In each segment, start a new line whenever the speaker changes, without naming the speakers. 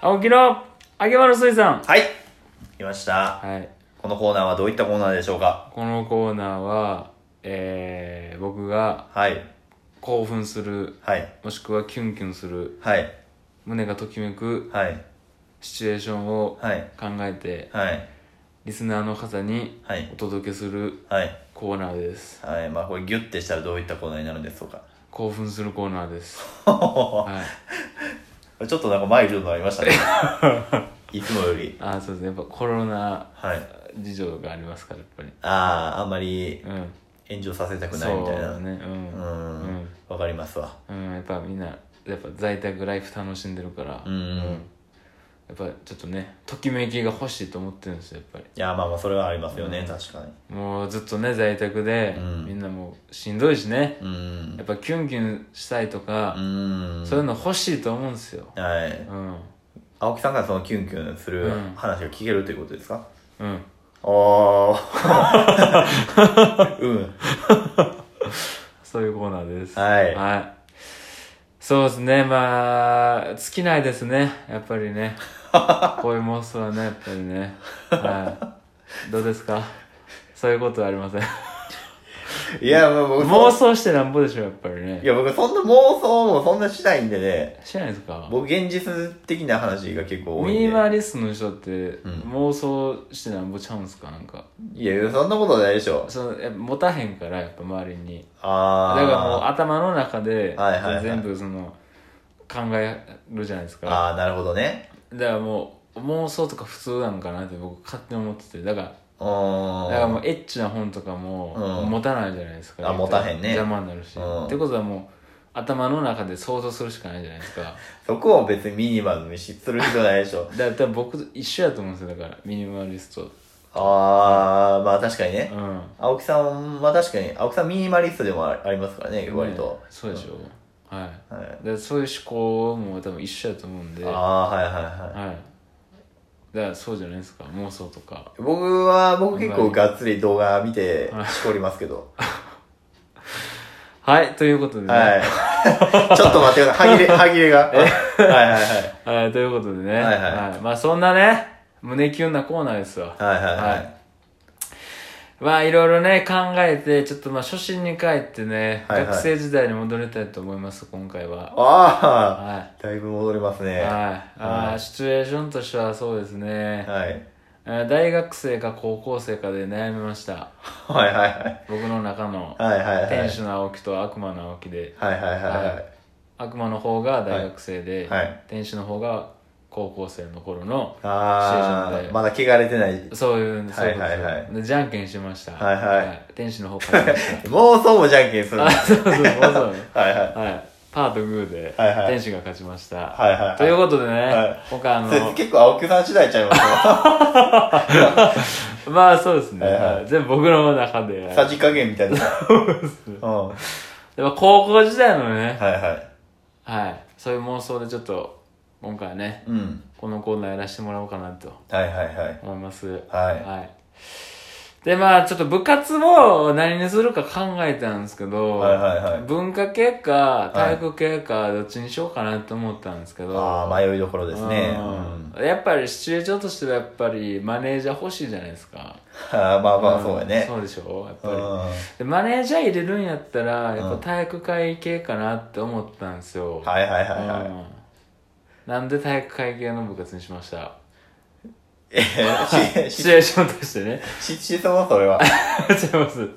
青木の秋丸水産
はい来ました
はい
このコーナーはどういったコーナーでしょうか
このコーナーはえー、僕が
はい
興奮する
はい
もしくはキュンキュンする
はい
胸がときめく
はい
シチュエーションを考
はい
えて
はい
リスナーの方に
はい
お届けする
はい
コーナーです
はいまあこれギュッてしたらどういったコーナーになるんでしょうか
興奮するコーナー です、はい、
ちょっとなんかマイルドになりましたね いつもより
あーそうですねやっぱコロナ
はい
事情がありますからやっぱり
あああんまり
うん
炎上させたくないみたいな
そうねうん
うーん
うん
わかりますわ
うん、やっぱみんなやっぱ在宅ライフ楽しんでるから、
うんうん
やっぱちょっとねときめきが欲しいと思ってるんですよやっぱ
いやまあまあそれはありますよね、確かに
りもうずっとね在宅で、
うん
みんなもうしんどいしね
うーん
やっぱキュンキュンしたいとか
う、ーん
そういうの欲しいと思うんですよ
はい
うん
青木さんがそのキュンキュンする
うん
話が聞けるということですか、
うん
ああうん
そういうコーナーです
はい
そうですねまあ尽きないですねやっぱり ねこういう妄想はねやっぱりねはいどうですかそういうことはありません
いやまあ僕
妄想してなんぼでしょやっぱり
い
ね
や僕そんな妄想もそんなしないんでね
しないですか
僕現実的な話が結構多い
ミニ
んで
マリストの人って妄想してなんぼちゃうんすかなんか
いやそんなことないでしょ
そのやっぱ持たへんからやっぱ周りにだか
ああ
らもう頭の中で
はいはいはい
全部その考えるじゃないですか
ああなるほどね
だからもう妄想とか普通なんかなって僕勝手に思っててだから
うーん
だからもうエッチな本とかも
うん
持たないじゃないですか、
あ持たへんね
邪魔になるし、
うん
ってことはもう頭の中で想像するしかないじゃないですか
そこを別にミニマムにしする必要ないでしょ
だから僕と一緒やと思うんですよだからミニマリスト
ああまあ確かにね、
うん
青木さんは確かに青木さんミニマリストでもあありますからね割
ね
と、
そうでしょ、はいだ
はい
からそういう思考も多分一緒やと思うんでは
ああはいはいは
い
い
だからそうじゃないですか妄想とか
僕は僕結構がっつり動画見て
はい
しこりますけ ど
はいということでね、
はい ちょっと待ってください歯切れ歯切れがはいはいはい
はい、ということでね。
はいはい
まあそんなね、胸キュンなコーナーですわ。
はいはいはい
はいまあいろいろね、考えて、ちょっとまあ初心に帰ってね、
はいはい
学生時代に戻りたいと思います、今回は。
あ
は
あだいぶ戻ります
い。はい。
ねは
ああー、シチュエーションとしてはそうですね
い。はい
えー大学生か高校生かで悩みました。
はいはい
僕の中の、
はいはいはい
天使の青木と悪魔の青木で、
はいはいはいは
はい悪魔の方が大学生で、
はい
天使の方が高校生の頃の、シチュエーシ
あ
ョンで
あまだ汚れてない
そういう、そういうこと
は
で
い
す
はいはい
でじゃんけんしました。
はいはい
天使の方勝ちまし
妄想もじゃんけんする
た。あ、
の はい
そうそう、そうそう。
はいはい
はい。パーとグーで、
はいはい
天使が勝ちました。
はい
ということでね、
はい
他あの
そ、れ結構青木さん次第ちゃい ますよ
まあそうですね、
はいはい
はい全部僕の中で。
さじ加減みたいなうんは
でも高校時代のね
い、はい
はい。そういう妄想でちょっと、今回はね、
うん
このコーナーやらせてもらおうかなと
はいはいはい
思います。
はい
で、まあちょっと部活を何にするか考えたんですけど、
はいはいはい
文化系か体育系かどっちにしようかなと思ったんですけど、
ああ迷いどころですね
う
うん
んやっぱりシチュエーションとしてはやっぱりマネージャー欲しいじゃないですか。
ああまあまあそうや
ん
ね
そうでしょやっ
う
ぱ
ん
り。
は
でマネージャー入れるんやったらやっぱ
うん
体育会系かなって思ったんですよ
いはいはい
うん
は
なんで体育会系の部活にしました
いえー
シ
し
チュエーションとしてね
しししそうそれは
違います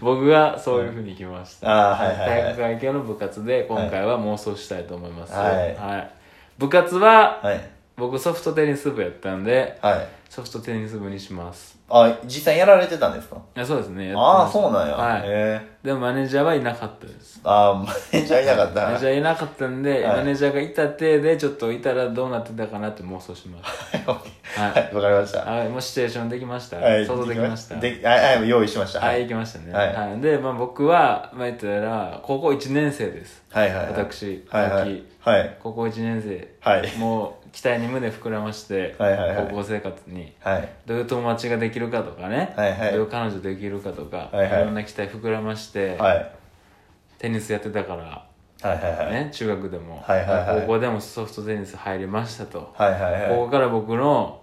僕がそういうふうに来ました、
ああはいはいは
体
い
育会系の部活で今回は妄想したいと思います
はい
部活は
はい
僕ソフトテニス部やったんで
はい
ソフトテニス部にします
あ実際やられてたんですか
あそうですねやって
あ
ま
あ
した
そうなんや
はい
へえ
でもマネージャーはいなかったです
ああマネージャーいなかっ
マネージャ
た
ーいなかったんで、
はい
マネージャーがいた手でちょっといたらどうなってたかなって妄想しまし
は
はいい
はいわかりましたた
はいもうシチュエーションできました、
はい
想像できました
ではいはい用意しました
は
はい
行
い
きましたね、
はい
で、まあ、僕は、まあ、言ったら高校1年生です、
はいはい
私、
はいは
青
い
木
はい
高校1年生
はい
もう期待に胸膨らまして
はいはいはい
高校生活に
はい
どういう友達ができるかとかね、
はいはい
どういう彼女できるかとか、
はいはい
ろんな期待膨らまして、
はい
テニスやってたから
はいはいはい。
ね、中学でも、
はいはいはい
高校でもソフトテニス入りましたと、
はいはいはい。
ここから僕の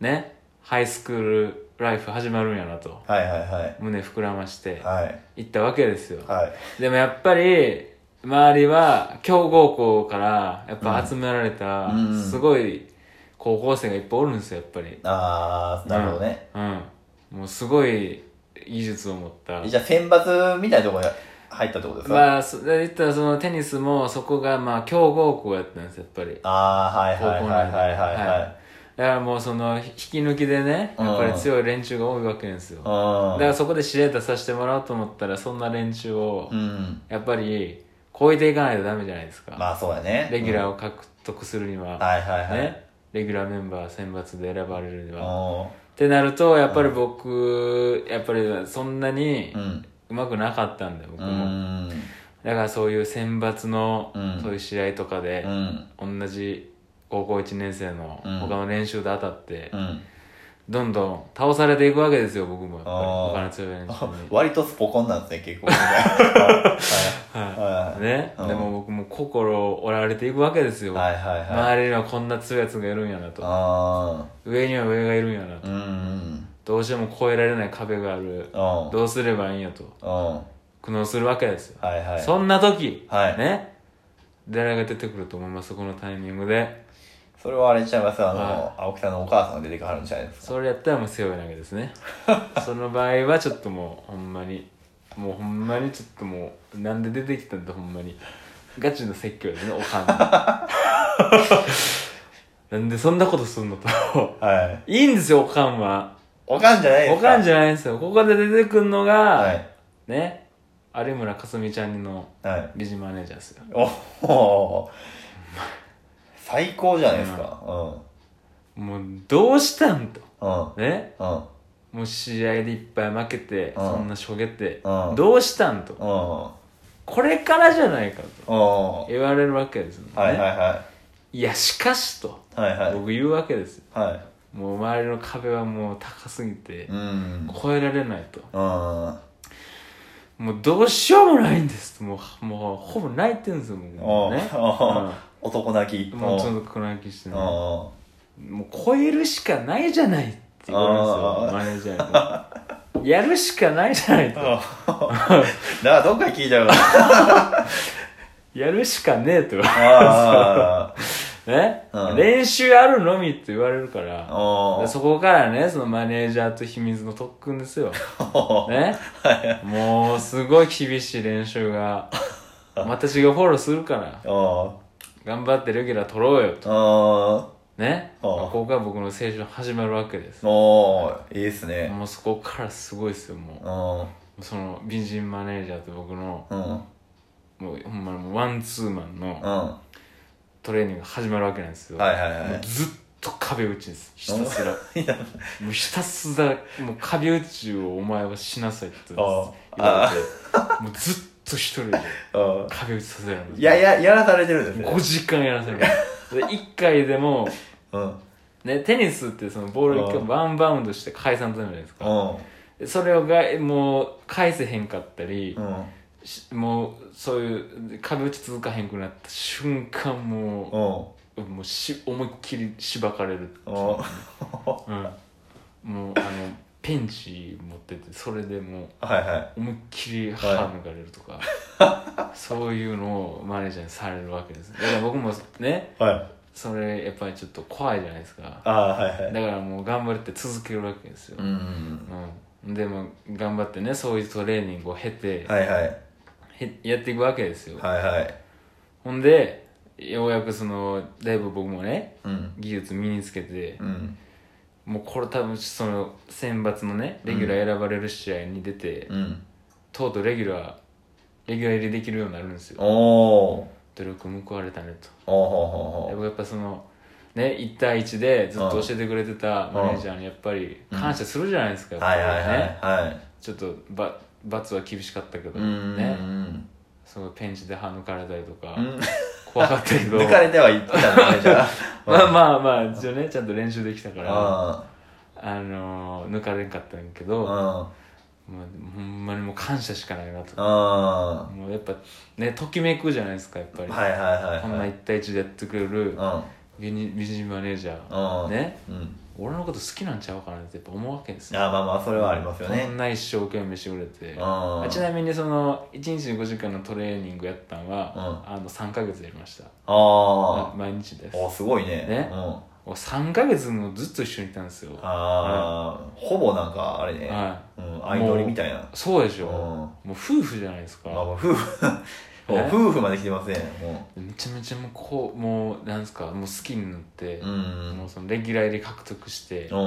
ねハイスクールライフ始まるんやなと
はいはいはい。
胸膨らまして
はい。
行ったわけですよ、
はい。
でもやっぱり周りは強豪校からやっぱ集められた
うん
すごい高校生がいっぱいおるんですよやっぱり
あー、なるほどね。
うんもうすごい技術を持った
じゃあ選抜みたいなところに入ったってことですか、
まあそ言ったらそのテニスもそこがまあ強豪校やったんですやっぱり
あー、
高
はいはい
校
は
ないんで
はいはいはい。
だからもうその引き抜きでねやっぱり強い連中が多いわけですよだからそこで知り合い出させてもらおうと思ったらそんな連中を
うん。うん。
やっぱり超えていかないとダメじゃないですか、
まあそうだね。
レギュ
ー
ラーを獲得するには、
はいはいはい。
ね、レギュラーメンバー選抜で選ばれるには、っ
う
てなるとやっぱり僕、やっぱりそんなに
ん。うん。
うまくなかったんで僕
う
も、
ん。
だからそういう選抜の、
うん
そういう試合とかで
う、ん。
同じ高校1年生の
うん
他の練習で当たって、
うん。
どんどん倒されていくわけですよ僕もやっぱり
あー
他の強い練習に。
割とスポコンなんですね、結構。はい
は
は
い、
い
ね、
うん
でも僕も心を折られていくわけですよ、
はいはいはい。
周りにはこんな強いやつがいるんやなと
あ
上には上がいるんやなと、
ー。うん。
どうしても越えられない壁がある
うん。うん。
どうすればいいんやと
は
苦悩するわけですよ、
いはい。
そんな時、
はい
ね誰が出てくると思いますこのタイミングで
それはあれちゃいますあの、
は
青木さんのお母さんが出てくはるんじゃないですか。
それやったらもう背負い投げです ねその場合はちょっともうほんまにもうほんまにちょっともうなんで出てきたんだほんまにガチの説教ですねお かんなんでそんなことすんのと
はい。
いいんですよおかんは
おかんじゃないです
お
か。
かんじゃないんですよここで出てくるのが、
はい。
ね有村架純ちゃんの
はい。
美人マネージャーですよ
おお最高じゃないですか。うん。
もうどうしたんと
うん。
ね
うん。
もう試合でいっぱい負けて、
うん
そんなしょげて、
うん
どうしたんと、
うん。
これからじゃないかと
うん。はい
言われるわけですもんね、、
はいはい
やしかしと
い。はいはい。
僕言うわけですよ
は
もう周りの壁はもう高すぎて
い。うん。
越えられないと
うん。
もうどうしようもないんですともうもうほぼ泣いてるんですよも
お
う
う
ね、
おう男泣き。
うんもうちょ
っ
っと黒泣きしてね
と。
もう超えるしかないじゃないって言われるんですよマネージャーにやるしかないじゃない
うん。
と
だからどっかで聞いちゃうわ
やるしかねえと
あ
ね、
うん
練習あるのみって言われるから
あ。うん。
でそこからねそのマネージャーと秘密の特訓ですよ、ね、もうすごい厳しい練習が私がフォローするから
うん。
頑張ってレギュラー取ろうよと
うん。
ね、
うん
まあここが僕の青春始まるわけです
おー、いいっすね。
もうそこからすごいですよもう
うん。うん。
その美人マネージャーと僕の
うん。
もうほんまにもうワンツーマンの
は
トレーニングが始まるわけなんです
い
よ、
はい
も
は
うずっと壁打ちですひたすら
い。いや、
もうひたすらもう壁打ちをお前はしなさいって言われて
あ
もうずっと一人で
うん
壁打ちさせられる
いや、や、やらされてるんですね。
5時間やらせるで1回でも、
うん。うん。
ね、テニスってそのボール1
うん
回ワンバウンドして解散するじゃないですかそれをがもう返せへんかったり
う、ん。
しもうそういう壁打ち続かへんくなった瞬間もう
うん。
もうし思いっきりしばかれるっていう
お
うん、もうあのペンチ持っててそれでもう
はいはい。
思いっきり歯抜かれるとか、 そういうのをマネージャーにされるわけですだから僕もね
はい。
それやっぱりちょっと怖いじゃないですか
ああ、はいは
だ
い。
からもう頑張って続けるわけですよ
う、ん。
うん、でも頑張ってねそういうトレーニングを経て、
はいはい。
へやっていくわけですよ、
はいはい。
ほんでようやくそのだいぶ僕もね
うん。
技術身につけて
う、ん。
もうこれ多分その選抜のねレギュラー選ばれる試合に出て、
うん。
とうとうレギュラーレギュラー入りできるようになるんですよ
おー。
努力報われたねと
お
で
ほほ
もやっぱそのね1対1でずっと教えてくれてたマネージャーにやっぱり感謝するじゃないですか、
はい
やっ
は
ぱ
い
り
はい
ね。
はい。
ちょっとば罰は厳しかったけど、
うん。
ねそのペンチで歯抜かれたりとか、
うん。
怖かったけど
抜かれてはいったんだね、じゃ
まあまあまあ一応ねちゃんと練習できたから
あ。
あのー抜かれんかったんやけ
う
ど
ん。うん。
まあ、ほんまにもう感謝しかないなと
あ
もうやっぱねときめくじゃないですかやっぱり、
ーはいはいはい
こんな
はい
1対1でやってくれる
うん
美人美人マネージャ
う
ー
ん
ね
うん
俺のこと好きなんちゃうかなってやっぱ思うわけですよ
あーまあまあそれはありますよね
こんな一生懸命してくれて
あー
ちなみにその1日に5時間のトレーニングやったんは、あの3ヶ月やりました
あ
ま毎日です
あおすごいね
ね
うん
もう3ヶ月もずっと一緒にいたんですよ
ああほぼなんかあれね
は
うんアイドルみたいな
そうでし
うん
ょ
ま
もう夫婦じゃないですか
あまあ夫 婦もう
え
夫婦まで来てませんも
めちゃめちゃもうこうもうなんですかもう好きになって
うう、ん
もうそのレギュラー入り獲得して
う、ん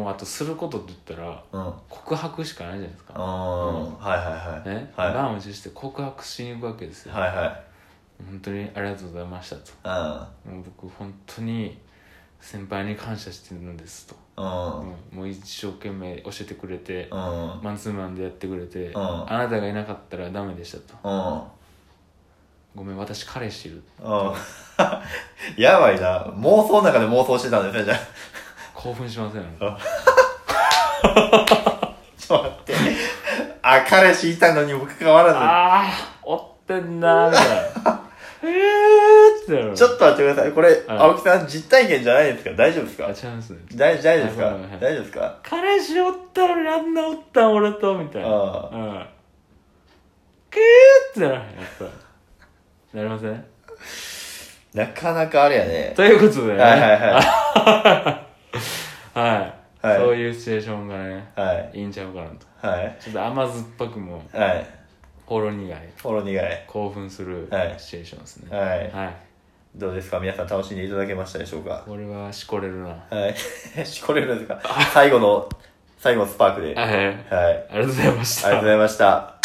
もうあとすることって言ったら
うん
告白しかないじゃないです
う
か、
んはいはいはい
ね、
はい
満を持して告白しに行くわけですよ、
はいはい
本当にありがとうございましたと
うん
もう僕本当に先輩に感謝してるんですと、
う
う
ん
んもう一生懸命教えてくれて、
うん
マンツーマンでやってくれて、
ん
あなたがいなかったらダメでしたと
うん
ごめん私彼氏いる
うん やばいな妄想の中で妄想してたんですねじゃあ
興奮しません
ちょっと待ってあ彼氏いたのにもかかわら
ああおってんなーみたい なえーってなる
ずちょっと待ってくださいこれ
はい
青木さん実体験じゃないですか大丈夫です
あ
か
チャンスね
大大丈夫ですか
はいはいはい
大丈夫ですか
彼氏おったのにあんなおったん俺とみたいな
あ
うんクーってならへんやっぱなりません
なかなかあれやね
ということでね
はいはいはい
はい
はい
そういうシチュエーションが ね
はい
いいんちゃうかなと
はい
ちょっと甘酸っぱくも
はい
ほろ苦い
フォロー苦い
興奮する
はい
シチュエーションですね
はい
はい
どうですか皆さん楽しんでいただけましたでしょうか
これはしこれるなは
はい しこれるんですか最後の最後のスパークで
い
はい
ありがとうございまし
あり
た
がとうございました